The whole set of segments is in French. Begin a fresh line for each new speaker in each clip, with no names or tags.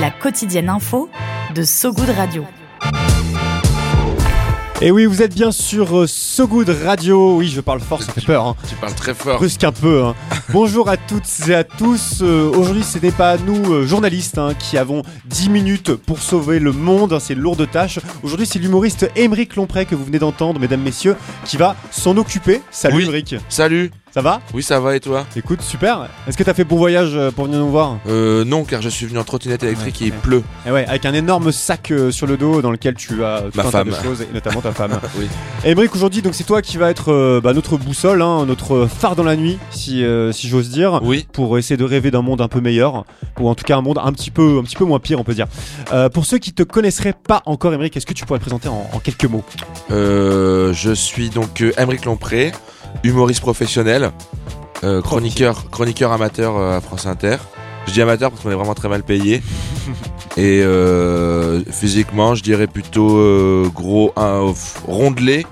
La quotidienne info de So Good Radio.
Et oui, vous êtes bien sur euh, So Good Radio. Oui, je parle fort, ça fait peur. hein.
Tu parles très fort.
Brusque un peu. hein. Bonjour à toutes et à tous. Euh, Aujourd'hui, ce n'est pas nous, euh, journalistes, hein, qui avons 10 minutes pour sauver le monde. hein, c'est lourde tâche. Aujourd'hui, c'est l'humoriste Émeric Lompré que vous venez d'entendre, mesdames, messieurs, qui va s'en occuper. Salut,
Oui.
Émeric.
Salut.
Ça va
Oui, ça va et toi
Écoute, super. Est-ce que t'as fait bon voyage euh, pour venir nous voir
Euh, non, car je suis venu en trottinette électrique
Ouais,
et il
ouais.
pleut.
Eh ouais, avec un énorme sac euh, sur le dos dans lequel tu as tout
Ma
un tas
femme.
de choses, et notamment ta femme.
Oui.
Émeric, aujourd'hui, donc c'est toi qui va être euh, bah, notre boussole, hein, notre phare dans la nuit, si, euh, si j'ose dire,
Oui.
pour essayer de rêver d'un monde un peu meilleur, ou en tout cas un monde un petit peu, un petit peu moins pire, on peut dire. Euh, pour ceux qui te connaisseraient pas encore, Émeric, est-ce que tu pourrais te présenter en, en quelques mots
Euh, je suis donc euh, Aymeric Lompré, humoriste professionnel, euh, chroniqueur, chroniqueur amateur euh, à France Inter. Je dis amateur parce qu'on est vraiment très mal payé. Et euh, physiquement, je dirais plutôt euh, gros, un, off- rondelé,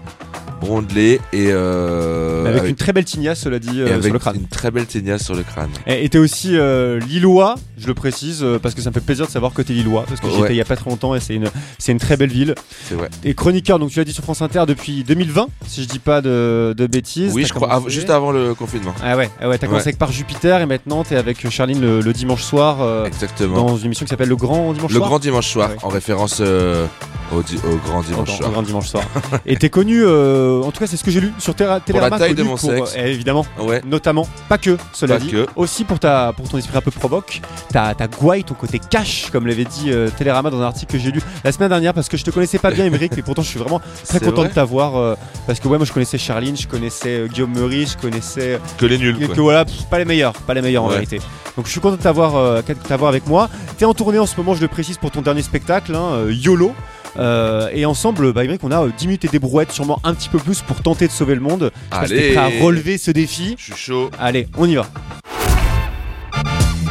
rondelé et euh,
avec,
avec-
une très belle tignasse, cela dit, euh,
et avec
sur le crâne.
une très belle teignasse sur le crâne.
Et et t'es aussi euh, lillois, je le précise, euh, parce que ça me fait plaisir de savoir que t'es lillois, parce que j'y
Ouais.
étais il y a pas très longtemps et c'est une, c'est une très belle ville.
C'est vrai.
Et chroniqueur, donc tu l'as dit sur France Inter depuis 2020, si je dis pas de, de bêtises.
Oui,
T'as
je crois
commencé-
av- juste avant le confinement.
Ah ouais, ah ouais t'as
Ouais.
commencé avec Par Jupiter et maintenant t'es avec Charline le, le dimanche soir euh,
Exactement.
dans une émission qui s'appelle Le Grand Dimanche
Le
Soir.
grand dimanche soir,
Ouais.
en référence euh, au, di- au grand
Oh,
dimanche
dans-
soir.
Le Grand Dimanche Soir. et t'es connu, euh, en tout cas c'est ce que j'ai lu sur Terra Télérama,
taille de
connu
mon
pour,
sexe.
euh, évidemment,
Ouais,
notamment, pas que, cela
Pas
dit,
que.
aussi pour, ta, pour ton esprit un peu provoque, ta, ta gouaille, ton côté cash, comme l'avait dit euh, Télérama dans un article que j'ai lu la semaine dernière, parce que je te connaissais pas bien, Émeric, mais pourtant je suis vraiment très
C'est
content
vrai
de t'avoir, euh, parce que ouais, moi je connaissais Charline, je connaissais euh, Guillaume Meurice, je connaissais euh,
que les nuls.
que,
quoi.
que voilà, pff, pas les meilleurs, pas les meilleurs en
Ouais.
vérité. Donc je suis content de t'avoir, euh, de t'avoir avec moi. T'es en tournée en ce moment, je le précise, pour ton dernier spectacle, hein, euh, YOLO. Euh, et ensemble, bah, Émeric, on a euh, 10 minutes et des brouettes, sûrement un petit peu plus pour tenter de sauver le monde. Je pense que t'es
Allez.
prêt à relever ce défi.
Je suis chaud.
Allez, on y va.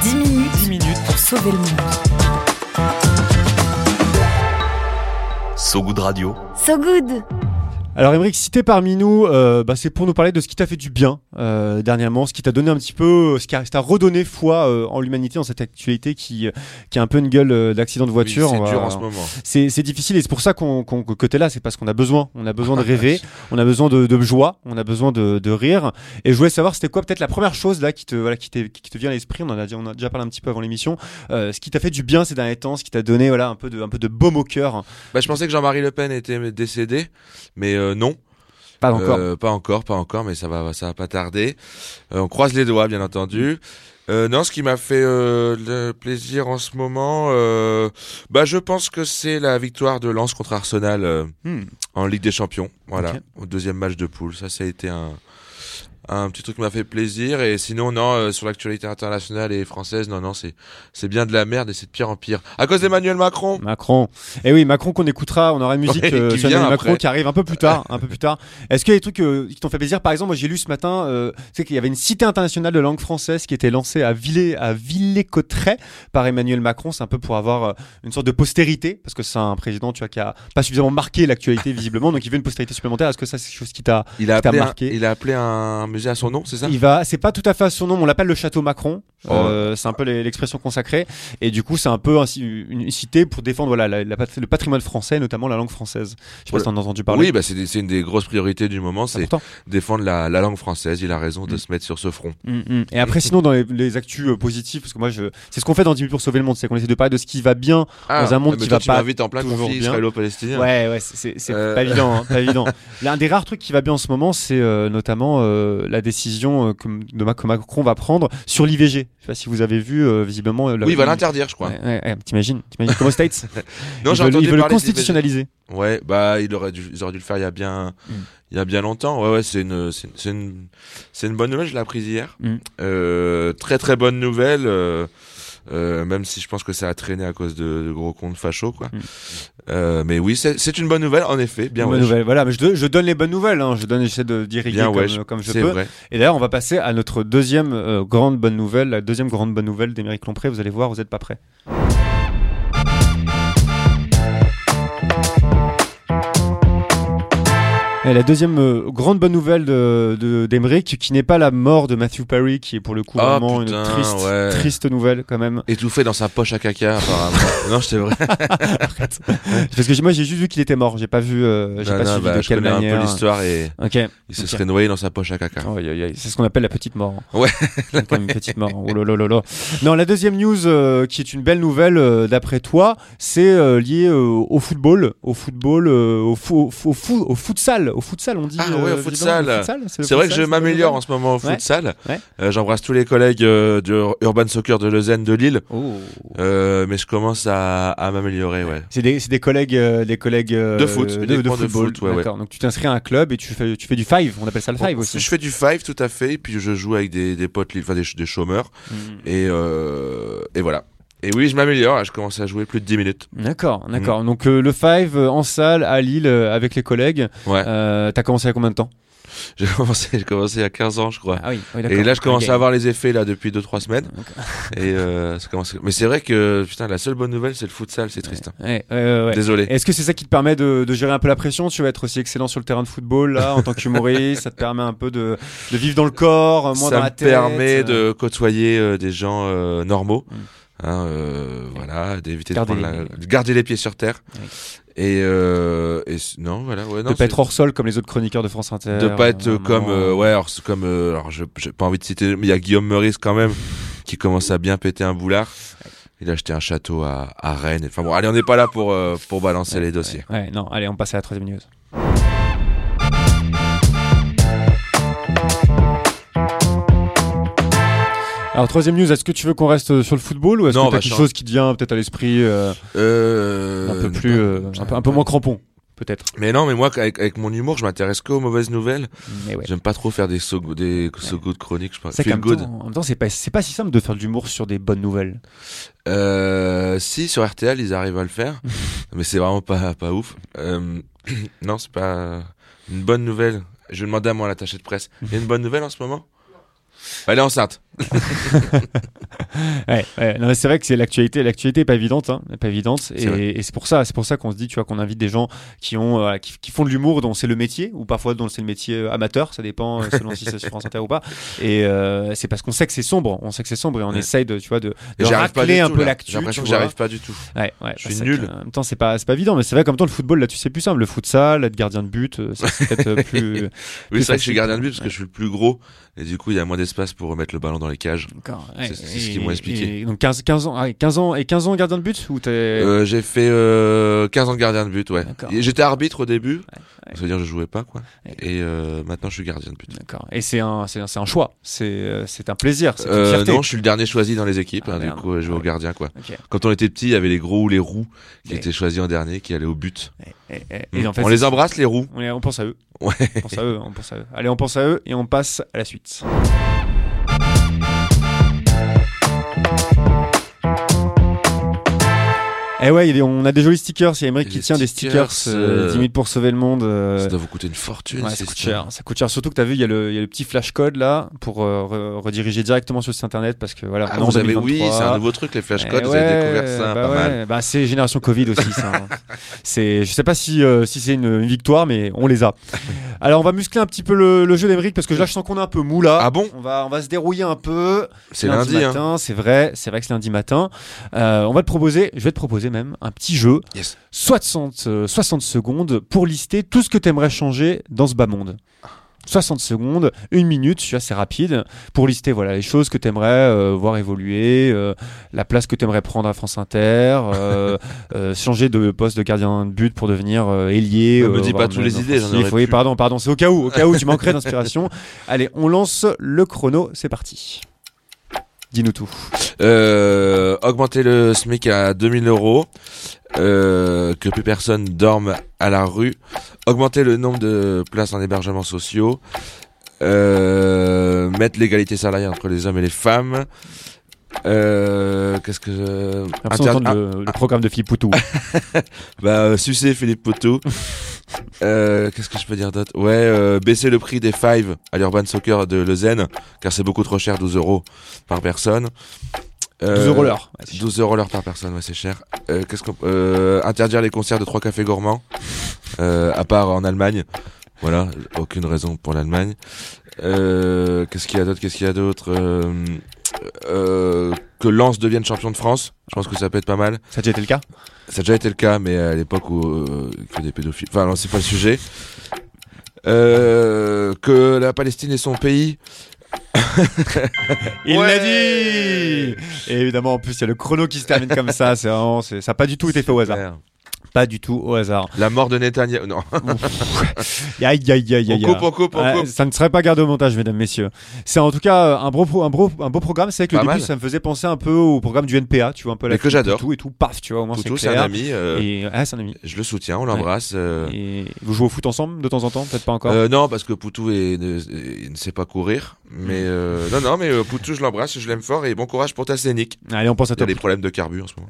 10 minutes, pour sauver le monde.
So Good Radio.
So Good
Alors Émeric, si t'es parmi nous, euh, bah, c'est pour nous parler de ce qui t'a fait du bien euh, dernièrement, ce qui t'a donné un petit peu, euh, ce qui a- ce t'a redonné foi euh, en l'humanité, dans cette actualité qui, euh, qui a un peu une gueule euh, d'accident de voiture. euh,
Oui,
On
c'est
va-
dur en ce moment.
c'est c'est difficile et c'est pour ça qu'on qu'on- que t'es là, c'est parce qu'on a besoin, on a besoin de rêver, on a besoin de, de joie, on a besoin de, de rire. Et je voulais savoir c'était quoi peut-être la première chose là qui te voilà qui, t'est- qui te vient à l'esprit. On en a, dit- on a déjà parlé un petit peu avant l'émission. Euh, ce qui t'a fait du bien ces derniers temps, ce qui t'a donné voilà un peu de un peu de baume au cœur.
Bah, je pensais que Jean-Marie Le Pen était décédé, mais euh, non.
Pas encore.
Euh, pas encore, pas encore, mais ça va, ça va pas tarder. Euh, on croise les doigts, bien entendu. Euh, non, ce qui m'a fait euh, le plaisir en ce moment, euh, bah, je pense que c'est la victoire de Lens contre Arsenal euh,
Hmm.
en Ligue des Champions. Voilà,
Ok.
au deuxième match de poule. Ça, ça a été un, un petit truc qui m'a fait plaisir. Et sinon, non, euh, sur l'actualité internationale et française, non, non, c'est c'est bien de la merde et c'est de pire en pire. À cause d'Emmanuel Macron.
Macron. Et oui, Macron qu'on écoutera, on aura une musique
Ouais,
euh,
qui
sur
vient
Emmanuel
après.
Macron qui arrive un peu plus tard, un peu plus tard. Est-ce qu'il y a des trucs euh, qui t'ont fait plaisir Par exemple, moi j'ai lu ce matin, euh, tu sais qu'il y avait une cité internationale de langue française qui était lancée à Villers, à Villers-Cotterêts par Emmanuel Macron. C'est un peu pour avoir euh, une sorte de postérité, parce que c'est un président, tu vois, qui a pas suffisamment marqué l'actualité visiblement, donc il veut une postérité supplémentaire. Est-ce que ça c'est quelque chose qui t'a
Il a
T'as
appelé, un,
marqué.
il a appelé un musée à son nom, c'est ça
il va, c'est pas tout à fait à son nom, on l'appelle le château Macron.
Hein Oh.
Euh, c'est un peu les- l'expression consacrée. Et du coup, c'est un peu ainsi- une cité pour défendre voilà, la- la pat- le patrimoine français, notamment la langue française. Je sais pas
Ouais.
si t'en as entendu parler.
Oui, bah, c'est des- c'est une des grosses priorités du moment,
C'est
c'est
important.
défendre la, la langue française. Il a raison de
Mm.
se mettre sur ce front.
Mm, mm. Et après, sinon, dans les, les actus euh, positives, parce que moi, je, c'est ce qu'on fait dans 10 minutes pour sauver le monde, c'est qu'on essaie de parler de ce qui va bien. Dans un monde
Ah, mais
qui
toi,
va
tu
pas
m'invites en plein
toujours
conflit
bien.
israélo-palestinien.
Ouais, ouais, c'est- c'est c'est
Euh.
pas évident, hein, pas évident. L'un des rares trucs qui va bien en ce moment, c'est euh, notamment euh, la décision euh, que, de Ma- que Macron va prendre sur l'IVG. Je sais pas si vous avez vu, euh, visiblement. le-
Oui, il va l'interdire, je crois.
Ouais, ouais, ouais, t'imagines, t'imagines comme aux States.
Non,
ils
j'ai
veulent,
entendu
ils veulent le
parler de l'IVG.
constitutionnaliser.
Ouais, bah ils auraient dû, ils auraient dû le faire il y a bien,
Mm.
il y a bien longtemps. Ouais, ouais, c'est une, c'est c'est une, c'est une bonne nouvelle. Je l'ai apprise hier.
Mm.
Euh, très très bonne nouvelle. euh, euh, même si je pense que ça a traîné à cause de, de gros comptes fachos, quoi.
Mm.
Euh, mais oui, c'est c'est une bonne nouvelle, en effet. Bien
Bonne
wesh.
nouvelle. Voilà, mais je, do- je donne les bonnes nouvelles. hein. Je donne, j'essaie de d'irriguer
Bien
comme,
wesh.
comme je
C'est
peux.
vrai.
Et d'ailleurs, on va passer à notre deuxième euh, grande bonne nouvelle, la deuxième grande bonne nouvelle d'Émeric Lompré. Vous allez voir, vous n'êtes pas prêts. Et la deuxième euh, grande bonne nouvelle de- de- d'Émeric, qui n'est pas la mort de Matthew Perry, qui est pour le coup
Ah,
vraiment
putain,
une triste,
ouais.
triste nouvelle quand même.
Étouffé dans sa poche à caca, apparemment. non, c'est vrai.
Parce que j'ai- moi j'ai juste vu qu'il était mort, j'ai pas vu, euh, j'ai
Non,
pas
non,
suivi
bah,
de
je
quelle
connais
manière.
un peu l'histoire et
Ok.
il se
Ok.
serait noyé dans sa poche à caca.
Ah, Aïe, aïe, aïe. C'est ce qu'on appelle la petite mort.
Ouais.
C'est comme une petite mort. Oh là là là là. Non, la deuxième news euh, qui est une belle nouvelle euh, d'après toi, c'est euh, lié euh, au football, au football, euh, au, fo- au, fo- au fo- au futsal, au futsal on dit.
Ah ouais, au
visiblement,
futsal.
le futsal, le
C'est vrai
futsal,
que je
c'est la
m'améliore en
nouvelle
ce moment au
Ouais.
futsal.
Ouais.
Euh, J'embrasse tous les collègues euh, du Ur- Urban Soccer de Lausanne, de Lille.
Oh.
Euh, mais je commence à, à m'améliorer, ouais.
C'est des, c'est des collègues, euh, des collègues euh,
De foot,
de,
uniquement de
football.
foot, ouais, ouais.
D'accord. Donc tu t'inscris à un club et tu fais, tu fais du five. On appelle ça le five
Bon,
aussi.
Je fais du five tout à fait, et puis je joue avec des, des potes, li- enfin des, ch- des chômeurs,
Mm.
et, euh, et voilà. Et oui, je m'améliore, hein. je commence à jouer plus de 10 minutes. Mm.
D'accord, d'accord. Donc euh, le five euh, en salle à Lille euh, avec les collègues.
Ouais.
Euh, T'as commencé à combien de temps
J'ai commencé, j'ai commencé il y a 15 ans, je crois.
Ah oui. oui, d'accord.
Et là, je commence
Ok.
à avoir les effets là depuis 2-3 semaines. Et euh, ça commence. Mais c'est vrai que putain, la seule bonne nouvelle, c'est le futsal, c'est triste. hein.
Ouais, ouais, ouais, ouais.
Désolé.
Est-ce que c'est ça qui te permet de, de gérer un peu la pression Tu vas être aussi excellent sur le terrain de football, là, en tant qu'humoriste, ça te permet un peu de, de vivre dans le corps, euh, moins
ça
dans la
me
tête.
permet
euh,
de côtoyer euh, des gens euh, normaux.
Mm.
Hein, euh, voilà, d'éviter de
Garder
prendre
les-
la- de garder les pieds sur terre. Et, euh, et c- non, voilà, ouais, non,
de pas
c'est-
être hors sol comme les autres chroniqueurs de France Inter.
de pas être
euh,
comme,
vraiment.
euh, ouais, alors, c'est comme, euh, alors je- j'ai pas envie de citer, mais il y a Guillaume Meurice quand même qui commence à bien péter un boulard. Il a acheté un château à, à Rennes. Enfin bon, allez, on n'est pas là pour euh, pour balancer les dossiers.
Ouais, non, allez, on passe à la troisième news. Alors troisième news, est-ce que tu veux qu'on reste euh, sur le football ou est-ce
Non, bah, on
que t'as
va
quelque
changer.
chose qui te vient peut-être à l'esprit euh,
Euh,
un peu
non,
plus,
pas-
euh,
ça
un, peu,
va
un peu
pas.
moins crampon, peut-être.
Mais non, mais moi, avec, avec mon humour, je m'intéresse qu'aux mauvaises nouvelles.
Mais Eh ouais.
J'aime pas trop faire des so good, des so good chroniques. Je pense.
C'est qu'en
Feel
même
good.
temps- en même temps, c'est pas, c'est pas si simple de faire de l'humour sur des bonnes nouvelles.
Euh, si sur RTL ils arrivent à le faire, mais c'est vraiment pas pas ouf. Euh, non, c'est pas une bonne nouvelle. Je vais demander à mon attaché de presse. Il y a une bonne nouvelle en ce moment Elle est enceinte.
Ouais, ouais. Non, mais c'est vrai que c'est l'actualité. L'actualité est pas évidente, hein, est pas évidente.
C'est vrai.
Et, et c'est pour ça, c'est pour ça qu'on se dit, tu vois, qu'on invite des gens qui ont, euh, qui, qui font de l'humour, dont c'est le métier, ou parfois dont c'est le métier euh, amateur. Ça dépend euh, selon si c'est sur France Inter ou pas. Et euh, c'est parce qu'on sait que c'est sombre. On sait que c'est sombre et on
Ouais.
essaye de, tu vois, de,
Et
de
j'arrive pas
racler
du
un
tout,
peu
là.
l'actu.
J'ai
tu
l'impression que
vois.
j'arrive pas du tout.
Ouais, ouais,
Je
bah,
suis
c'est
nul.
que, En même temps, c'est pas, c'est pas évident, mais c'est vrai qu'en même temps, le football, là, tu sais plus simple. Le futsal, être gardien de but, euh, ça, c'est peut-être euh, plus.
Oui, c'est vrai que je suis
facile,
gardien de
quoi.
but parce que je suis le plus gros et du coup il y a moins d'espace pour remettre le ballon dans les cages.
D'accord,
C'est-
ouais.
c'est ce
Et-
qu'ils m'ont expliqué.
et donc 15, 15 ans, ah, 15 ans, et 15 ans gardien de but ou t'es.
Euh, j'ai fait euh, 15 ans de gardien de but, ouais.
Eh D'accord.
Et J'étais arbitre au début,
ouais. Eh
ça veut dire que je jouais pas quoi.
Ouais.
Et euh, maintenant je suis gardien de but.
D'accord. Et c'est un, c'est un, c'est un choix. C'est, euh, c'est un plaisir. C'est une
Euh,
fierté.
non, je suis le dernier choisi dans les équipes.
Ah,
hein, du
merde.
coup, euh, je vais au
Ouais.
gardien quoi.
Ok.
Quand on était petit, il y avait les gros ou les roux qui
Ouais.
étaient choisis en dernier, qui allaient au but.
Et, et- et en fait,
Hmm. on les embrasse les roux.
on, les- on pense à eux.
Ouais.
On pense à eux. On pense à eux. Allez, on pense à eux et on passe à la suite. Eh ouais, il y a des- on a des jolis stickers. Il y a Aymeric
Et
qui
les
tient des stickers.
stickers, euh,
10 000 pour sauver le monde. euh,
Ça doit vous coûter une fortune.
Ouais,
ces
ça coûte
stickers.
cher. Ça coûte cher. Surtout que tu as vu, il y, a le- il y a le petit flash code là pour euh, re- rediriger directement sur le site internet parce que voilà.
Ah,
on est en
vous avez- oui,
2023.
c'est un nouveau truc les flash
Eh
codes. Vous
ouais,
avez découvert ça,
bah
pas
ouais.
mal.
Bah, c'est génération Covid aussi, ça. hein. C'est, je sais pas si, euh, si c'est une, une victoire, mais on les a. Alors, on va muscler un petit peu le, le jeu d'Emeric parce que là, je sens qu'on est un peu mou là.
Ah bon
on va, on va se dérouiller un peu.
C'est lundi. hein.
matin, c'est vrai, c'est vrai que c'est lundi matin. Euh, on va te proposer, je vais te proposer même un petit jeu,
Yes.
60, euh, 60 secondes pour lister tout ce que tu aimerais changer dans ce bas monde.
Ah.
60 secondes, une minute, je suis assez rapide, pour lister voilà les choses que tu aimerais voir évoluer, euh, la place que tu aimerais prendre à France Inter, euh, euh, changer de poste de gardien de but pour devenir euh, ailier.
Ne me dis
voire
pas toutes
même
les idées, j'en
offensif.
aurais
Oui,
pu.
pardon, pardon, c'est au cas où, au cas où tu manquerais d'inspiration. Allez, on lance le chrono, c'est parti. Dis-nous tout.
Euh, augmenter le SMIC à 2000 euros. Euh, que plus personne dorme à la rue. Augmenter le nombre de places en hébergement sociaux. Euh, mettre l'égalité salariale entre les hommes et les femmes. Euh, Qu'est-ce que je.
Après, on
Inter-
entend le, le programme de Philippe Poutou.
Bah, euh, sucer Philippe Poteau. Euh, Qu'est-ce que je peux dire d'autre Ouais, euh, baisser le prix des fives à l'Urban Soccer de Lausanne, car c'est beaucoup trop cher, 12 euros par personne. Euh,
12 euros l'heure.
12 euros l'heure par personne, ouais, c'est cher. Euh, Qu'est-ce qu'on euh, Interdire les concerts de trois cafés gourmands, euh, à part en Allemagne. Voilà, aucune raison pour l'Allemagne. Euh, Qu'est-ce qu'il y a d'autre Qu'est-ce qu'il y a d'autre Euh, euh, Que Lens devienne champion de France, je pense que ça peut être pas mal.
Ça a déjà été le cas
Ça a déjà été le cas, mais à l'époque où euh, que des pédophiles. Enfin, non, c'est pas le sujet. Euh, que la Palestine est son pays.
Il
Ouais.
l'a dit Et évidemment, en plus, il y a le chrono qui se termine comme ça. C'est vraiment, c'est- ça n'a pas du tout été fait au hasard. Pas du tout au hasard.
La mort de Netanyahu. Non.
Aïe, aïe, aïe, aïe,
on
aïe.
coupe, on coupe, on
Ouais,
coupe.
Euh, ça ne serait pas gardé au montage, mesdames, messieurs. C'est en tout cas euh, un, beau pro- un, beau, un beau programme. C'est vrai que le
Pas
début,
mal.
ça me faisait penser un peu au programme du NPA, tu vois, un peu la
Mais que j'adore.
Tout et tout, paf, tu vois, au moins c'est
Poutou, c'est un
clair.
ami. euh,
Et, ah, c'est un ami.
Je le soutiens, on l'embrasse. euh.
Et vous jouez au foot ensemble de temps en temps Peut-être pas encore
Euh, non, parce que Poutou est- ne, il ne sait pas courir. Mais
Hmm.
euh, non, non, mais euh, Poutou, je l'embrasse, je l'aime fort et bon courage pour ta scénique.
Allez, on pense à
Il y a
toi.
des problèmes de carbu en ce moment.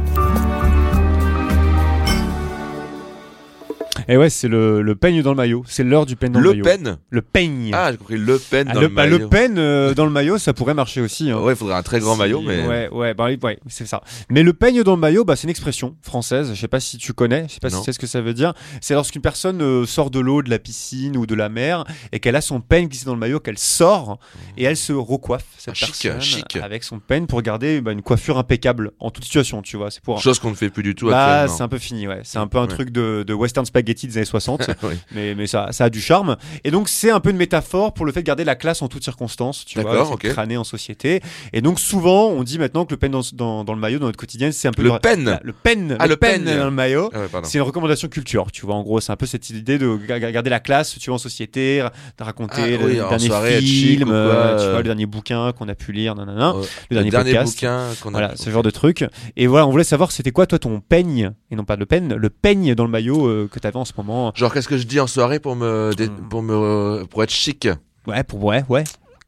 Et Eh ouais, c'est le, le peigne dans le maillot. C'est l'heure du peigne dans le,
Le
maillot.
Pen.
Le peigne.
Ah, j'ai compris. Le Pen.
Ah,
dans
le,
le,
bah, le
maillot.
Pen euh, dans le maillot, ça pourrait marcher aussi. hein.
Ouais, il faudrait un très grand
Si,
maillot, mais.
Ouais, ouais, bah oui, ouais, c'est ça. Mais le peigne dans le maillot, bah, c'est une expression française. Je sais pas si tu connais, je sais pas si
Non.
tu sais ce que ça veut dire. C'est lorsqu'une personne euh, sort de l'eau, de la piscine ou de la mer et qu'elle a son peigne glissé dans le maillot, qu'elle sort et elle se recoiffe, cette
Ah, chic,
personne,
chic.
avec son peigne pour garder bah, une coiffure impeccable en toute situation, tu vois. C'est pour.
Chose qu'on ne fait plus du tout
Bah,
actuellement.
c'est un peu fini, ouais. C'est un peu un
Ouais.
truc de, de western spaghetti des années 60,
Oui.
mais, mais ça, ça a du charme. Et donc, c'est un peu une métaphore pour le fait de garder la classe en toutes circonstances, tu vois,
D'accord,
c'est
ok.
de crâner en société. Et donc, souvent, on dit maintenant que le pen dans, dans, dans le maillot, dans notre quotidien, c'est un peu
Le
dra-
pen.
la- le pen,
Ah,
le
le
pen
pen.
dans le maillot.
Ah ouais, pardon.
C'est une recommandation culture, tu vois. En gros, c'est un peu cette idée de ga- ga- garder la classe, tu vois, en société, ra- de raconter
Ah,
le
oui, en
dernier
soirée, être chic
film,
ou quoi,
euh, tu
euh.
vois, le dernier bouquin qu'on a pu lire, nanana,
Euh,
le dernier, podcast.
bouquin qu'on a
Voilà, ce genre de truc. Et voilà, on voulait savoir c'était quoi toi ton peigne, et non pas le peigne, le peigne dans le maillot euh, que t'avais en ce moment.
Genre, qu'est-ce que je dis en soirée pour me dé-
Mm.
pour me pour être chic
Ouais, pour ouais, ouais.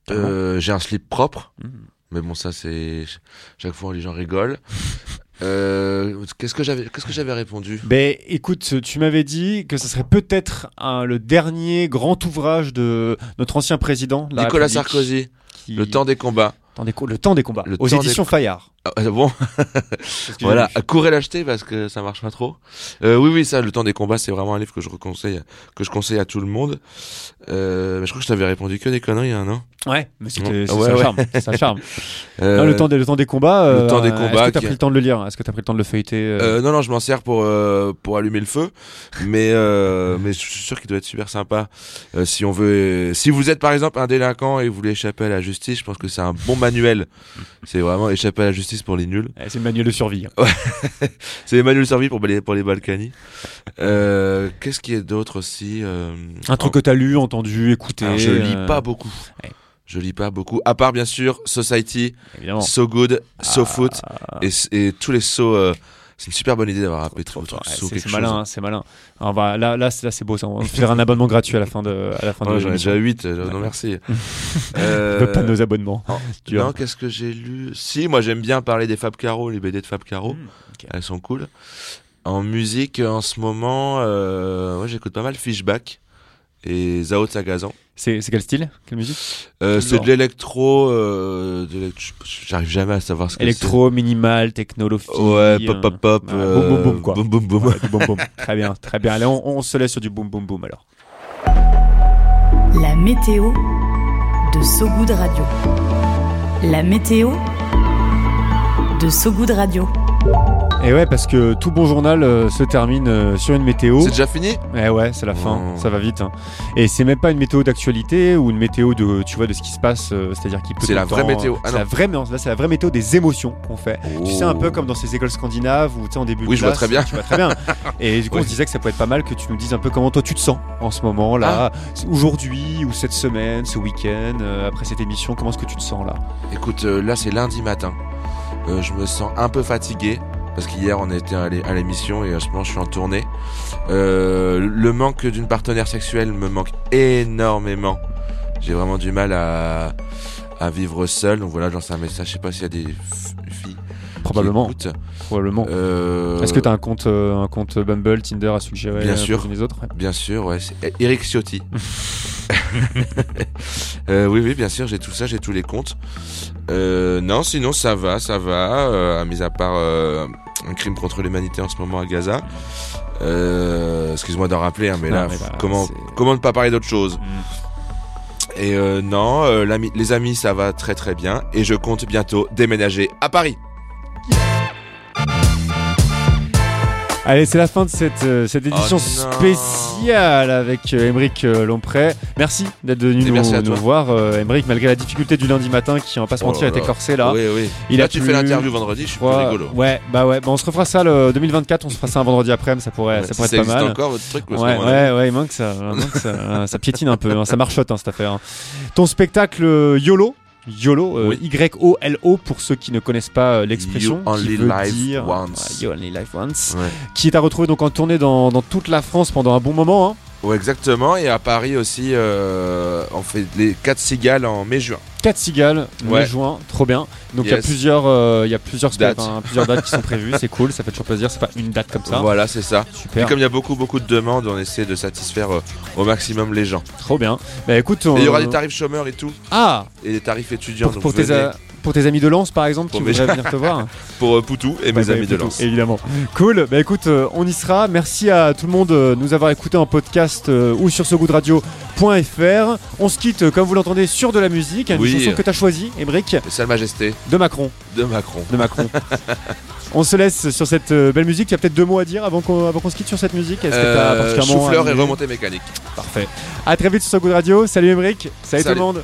Ah
Euh, J'ai un slip propre,
Mm.
mais bon ça c'est chaque fois les gens rigolent. Euh, qu'est-ce que j'avais qu'est-ce que j'avais répondu
Ben écoute, tu m'avais dit que ce serait peut-être hein, le dernier grand ouvrage de notre ancien président, de la
Nicolas
République,
Sarkozy,
qui-
le temps des combats.
Temps des co- le temps des combats,
Le
aux
temps des
éditions Fayard.
Ah, euh, bon,
Parce que
voilà,
j'ai lu.
courez l'acheter parce que ça marche pas trop. Euh, oui, oui, ça, le temps des combats, c'est vraiment un livre que je conseille, que je conseille à tout le monde. Euh, mais je crois que je t'avais répondu que des conneries, hein, non
Ouais, mais c'était
Ouais,
c'est
ouais.
un charme, c'est un charme.
Euh,
Non, le temps des le temps des combats.
le
euh,
temps des
Est-ce
combats
que t'as
qui-
pris le temps de le lire Est-ce que t'as pris le temps de le feuilleter euh,
Euh, non, non, je m'en sers pour, euh, pour allumer le feu, mais, euh, mais je suis sûr qu'il doit être super sympa. Euh, si on veut, si vous êtes par exemple un délinquant et vous voulez échapper à la justice, je pense que c'est un bon manuel. C'est vraiment échapper à la justice pour les nuls.
eh, C'est le manuel de survie.
C'est Emmanuel Servi pour les, pour les Balkany. Euh, Qu'est-ce qu'il y a d'autre aussi euh,
Un truc que t'as lu, entendu, écouté.
alors, je
euh,
lis pas beaucoup.
ouais.
Je lis pas beaucoup. À part bien sûr Society,
Évidemment.
So Good, So
Ah,
Foot
ah,
et, et tous les so. euh, c'est une super bonne idée d'avoir appelé tout
ouais,
votre so
c'est
quelque
c'est
chose.
malin, hein, c'est malin. Alors, on va- là, là, c'est là, c'est beau. Ça. On va faire un abonnement gratuit à la fin de, à la fin
Ouais,
de
J'en ai
l'émission.
déjà 8, non merci. Euh,
Le pas de nos abonnements.
oh,
tu vois.
non, qu'est-ce que j'ai lu Si, moi j'aime bien parler des Fab Caro, les BD de Fab Caro,
Mm, ok.
elles sont cool. En musique, en ce moment, euh, moi j'écoute pas mal Fishback et Zao Sagazan.
C'est c'est quel style Quelle musique
Euh,
Quel
c'est
genre
de l'électro, euh, de l'élect- j'arrive jamais à savoir ce que
Électro, minimal, technologie.
c'est. Ouais, pop pop pop,
hein.
euh,
Ouais, boum, boum, boum, quoi.
boum boum boum.
Ouais, du boum boum. Très bien, très bien. Allez, on, on se laisse sur du boum boum boum alors.
La météo de Sogoud Radio. La météo de Sogoud Radio.
Et ouais, parce que tout bon journal euh, se termine euh, sur une météo.
C'est déjà fini
Eh ouais, c'est la fin,
Oh.
ça va vite. hein. Et c'est même pas une météo d'actualité ou une météo de, tu vois, de ce qui se passe, euh, c'est-à-dire qu'il peut.
C'est la
tout le
vraie
temps,
météo.
euh,
Ah
c'est la
non.
vraie, non, là c'est la vraie météo des émotions qu'on fait. Tu sais un peu comme dans ces écoles scandinaves où tu sais en début.
Oh. Oui,
de
je vois
classe,
très bien.
Tu vois très bien. Et du coup, on
Ouais.
se disait que ça pouvait être pas mal que tu nous dises un peu comment toi tu te sens en ce moment là,
Ah.
aujourd'hui ou cette semaine, ce week-end, euh, après cette émission, comment est-ce que tu te sens là
Écoute, euh, là c'est lundi matin. Euh, je me sens un peu fatigué, Parce qu'hier, on était à l'é- à l'émission et en ce moment, je suis en tournée. Euh, le manque d'une partenaire sexuelle me manque énormément. J'ai vraiment du mal à, à vivre seul. Donc voilà, je lance un message. Je sais pas s'il y a des f- filles. qui
Probablement.
écoutent.
Probablement.
Euh,
Est-ce que t'as un compte, euh, un compte Bumble, Tinder à suggérer
Bien
euh,
sûr.
pour les autres Ouais.
Bien sûr, ouais. c'est Eric Ciotti. Euh, oui, oui, bien sûr, j'ai tout ça, j'ai tous les comptes. Euh, non, sinon ça va, ça va. Euh, à mis à part euh, un crime contre l'humanité en ce moment à Gaza. Euh, Excuse-moi d'en rappeler, hein, mais,
Non,
là,
mais là,
comment,
c'est- Mm.
comment ne pas parler d'autre chose Et euh, non, euh, l'ami- les amis, ça va très très bien. Et je compte bientôt déménager à Paris.
Allez, c'est la fin de cette, euh, cette édition
Oh non.
spéciale avec euh, Émeric euh, Lompré. Merci d'être venu
Et
nous,
merci à
nous
toi.
voir, euh, Émeric, malgré la difficulté du lundi matin qui, on va pas se
Oh
mentir,
là
était
là.
corsé là.
oui, oui.
il
là,
a
tu
plu,
fais l'interview vendredi, je suis plus
Trois-
rigolo.
Ouais, bah ouais, Bon, on se refera ça le 2024, on se fera ça un vendredi après, mais ça pourrait, ça
Si
pourrait
ça
être pas
existe
mal.
encore votre truc parce que
Ouais,
moi,
ouais, ouais, il manque ça, il manque ça, euh, ça piétine un peu, hein, ça marchote hein, cette affaire. hein. Ton spectacle euh, YOLO, YOLO, euh, Y-O-L-O pour ceux qui ne connaissent pas euh, l'expression,
You
qui
only
veut
live
dire
once.
Ouais, You only live once,
Ouais.
qui est à retrouver donc en tournée dans, dans toute la France pendant un bon moment. Hein.
Ouais, exactement. Et à Paris aussi, euh, on fait les 4 cigales en mai-juin.
4 cigales,
Ouais.
mai juin, trop bien. Donc il y a
Yes.
plusieurs, euh, il y a plusieurs, dates.
Dates.
plusieurs dates qui sont prévues, c'est cool, ça fait toujours plaisir, c'est pas une date comme ça.
Voilà, c'est ça. Et
Super,
comme il y a beaucoup, beaucoup de demandes, on essaie de satisfaire euh, au maximum les gens.
trop bien. Bah écoute, on-
Et il y aura des tarifs chômeurs et tout,
Ah,
et des tarifs étudiants.
pour,
donc
pour tes,
venez
a- pour tes amis de Lens par exemple,
Pour
qui
mes-
voudraient venir te voir.
pour euh, Poutou et mes
Bah,
amis de
plutôt,
Lens.
Évidemment. Cool. Bah écoute, euh, on y sera. Merci à tout le monde euh, de nous avoir écouté en podcast euh, ou sur sogoodradio.fr. On se quitte, euh, comme vous l'entendez, sur de la musique. Une
Oui.
chanson que tu as choisie, Embrick,
Et Sa Majesté
de Macron.
de Macron.
De Macron. on se laisse sur cette euh, belle musique. Tu as peut-être deux mots à dire avant qu'on avant qu'on se quitte sur cette musique. Est-ce que t'as
Euh,
particulièrement
souffleur
un-
et remontée mécanique.
Parfait. À très vite sur Sogoud Radio. Salut Embrick. Salut tout le
Salut.
monde.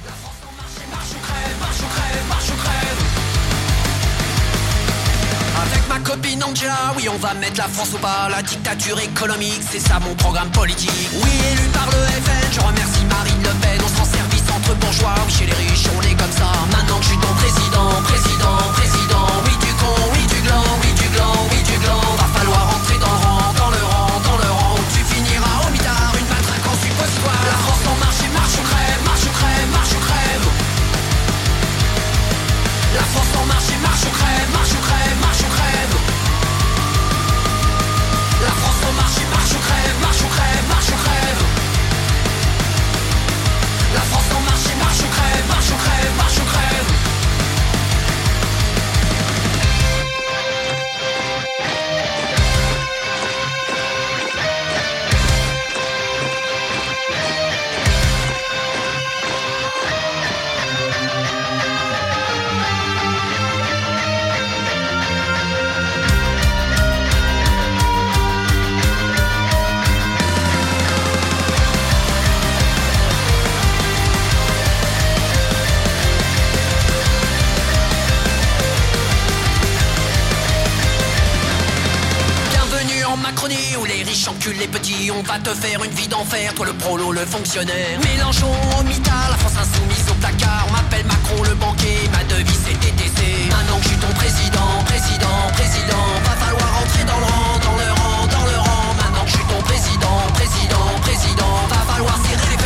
Avec ma copine Angela, oui on va mettre la France au bas, la dictature économique, c'est ça mon programme politique. Oui élu par le FN, je remercie Marine Le Pen, on se rend service entre bourgeois, oui chez les riches on est comme ça. Maintenant que je suis ton président, président, président, oui du con, oui du gland, oui du gland, oui du gland, va falloir entrer dans le rang, dans le rang, dans le rang, tu finiras au mitard, une matraque en suppositoire. La France en marche et marche ou crève, marche ou crève, marche ou crève. La France en marche et marche ou crève, marche ou crève, marche ou crève. La France en marche et marche ou crève, marche ou crève, marche ou crève. La France en marche et marche ou crève, marche ou crève, marche ou crève. Bienvenue en Macronie où les riches enculent les petits. On va te faire une vie d'enfer, toi le prolo, le fonctionnaire. Mélenchon au mitard, la France insoumise au placard. On m'appelle Macron le banquier, ma devise c'est TTC. Maintenant que je suis ton président, président, président, va falloir entrer dans le rang, dans le rang, dans le rang. Maintenant que je suis ton président, président, président, va falloir serrer les